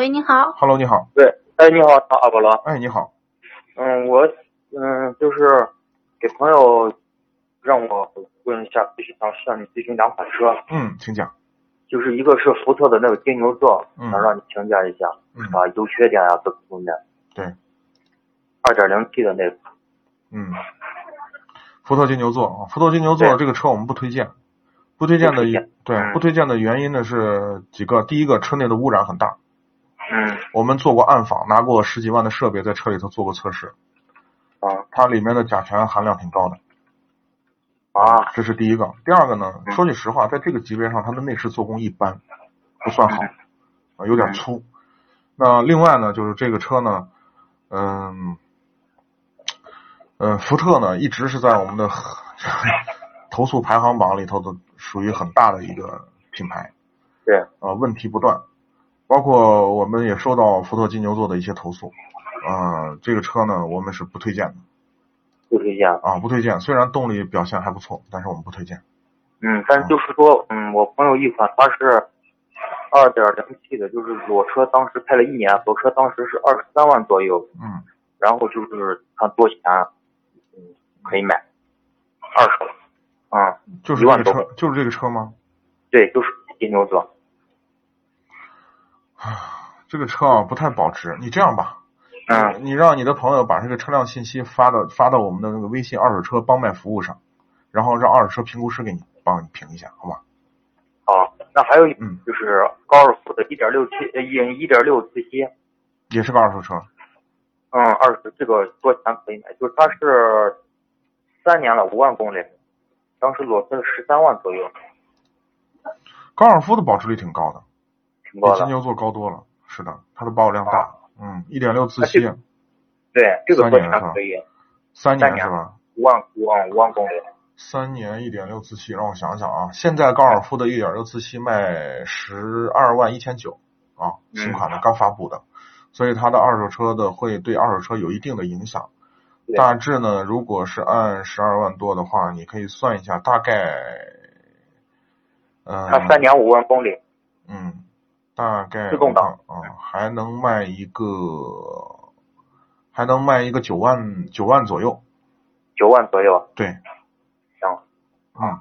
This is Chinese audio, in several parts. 喂，你好， Hello，你好。对，哎，你好，阿波罗。哎，你好。嗯，我嗯就是给朋友让我问一下，咨询想向你咨询两款车，嗯，请讲。就是一个是福特的那个金牛座，嗯想让你评价一下嗯啊，优缺点啊各方面。对。二点零 T 的那个，嗯，福特金牛座啊，福特金牛座对这个车我们不推荐，不推荐不的推荐对嗯不推荐的原因呢是几个，第一个车内的污染很大，嗯我们做过暗访，拿过十几万的设备在车里头做过测试，啊它里面的甲醛含量挺高的，啊这是第一个。第二个呢，嗯说句实话，在这个级别上，它的内饰做工一般，不算嗯好，啊，有点粗。那另外呢，就是这个车呢，嗯，呃，福特呢一直是在我们的 投诉排行榜里头的，属于很大的一个品牌，对啊，问题不断。包括我们也收到福特金牛座的一些投诉，啊、这个车呢，我们是不推荐的不推荐。啊，不推荐。虽然动力表现还不错，但是我们不推荐。嗯，但是就是说，嗯，我朋友一款它是二点零 T 的，就是裸车当时开了一年，裸车当时是二十三万左右，嗯，然后就是看多少钱，嗯，可以买二手，嗯，就是一这万个多车，就是这个车吗？对，就是金牛座，这个车啊不太保值。你这样吧，嗯，你让你的朋友把这个车辆信息发到发到我们的那个微信二手车帮卖服务上，然后让二手车评估师给你帮你评一下，好吧？好，那还有一嗯就是高尔夫的一点六七呃一一点六自吸，也是个二手车，嗯，二十这个多少钱可以买？就是它是三年了，五万公里，当时裸车是十三万左右，高尔夫的保值率挺高的，挺比高金的。啊牛座高多了。是的，它的保有量大。嗯，一点六自吸，对，这个三多年少是吧钱可以？三三年年是吧？五万五万五万公里，三年一点六自吸，让我想想啊，现在高尔夫的一点六自吸卖十二万一千九啊，嗯新款的刚发布的，所以它的二手车的会对二手车有一定的影响。对大致呢，如果是按十二万多的话，你可以算一下，大概，嗯、它啊三年五万公里，嗯，大概自动挡啊、还能卖一个，还能卖一个九万九万左右，九万左右，对，行，嗯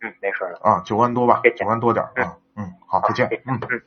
嗯，没事了。啊，九万多吧谢，谢九万多点儿啊，嗯，好，再见，嗯。嗯。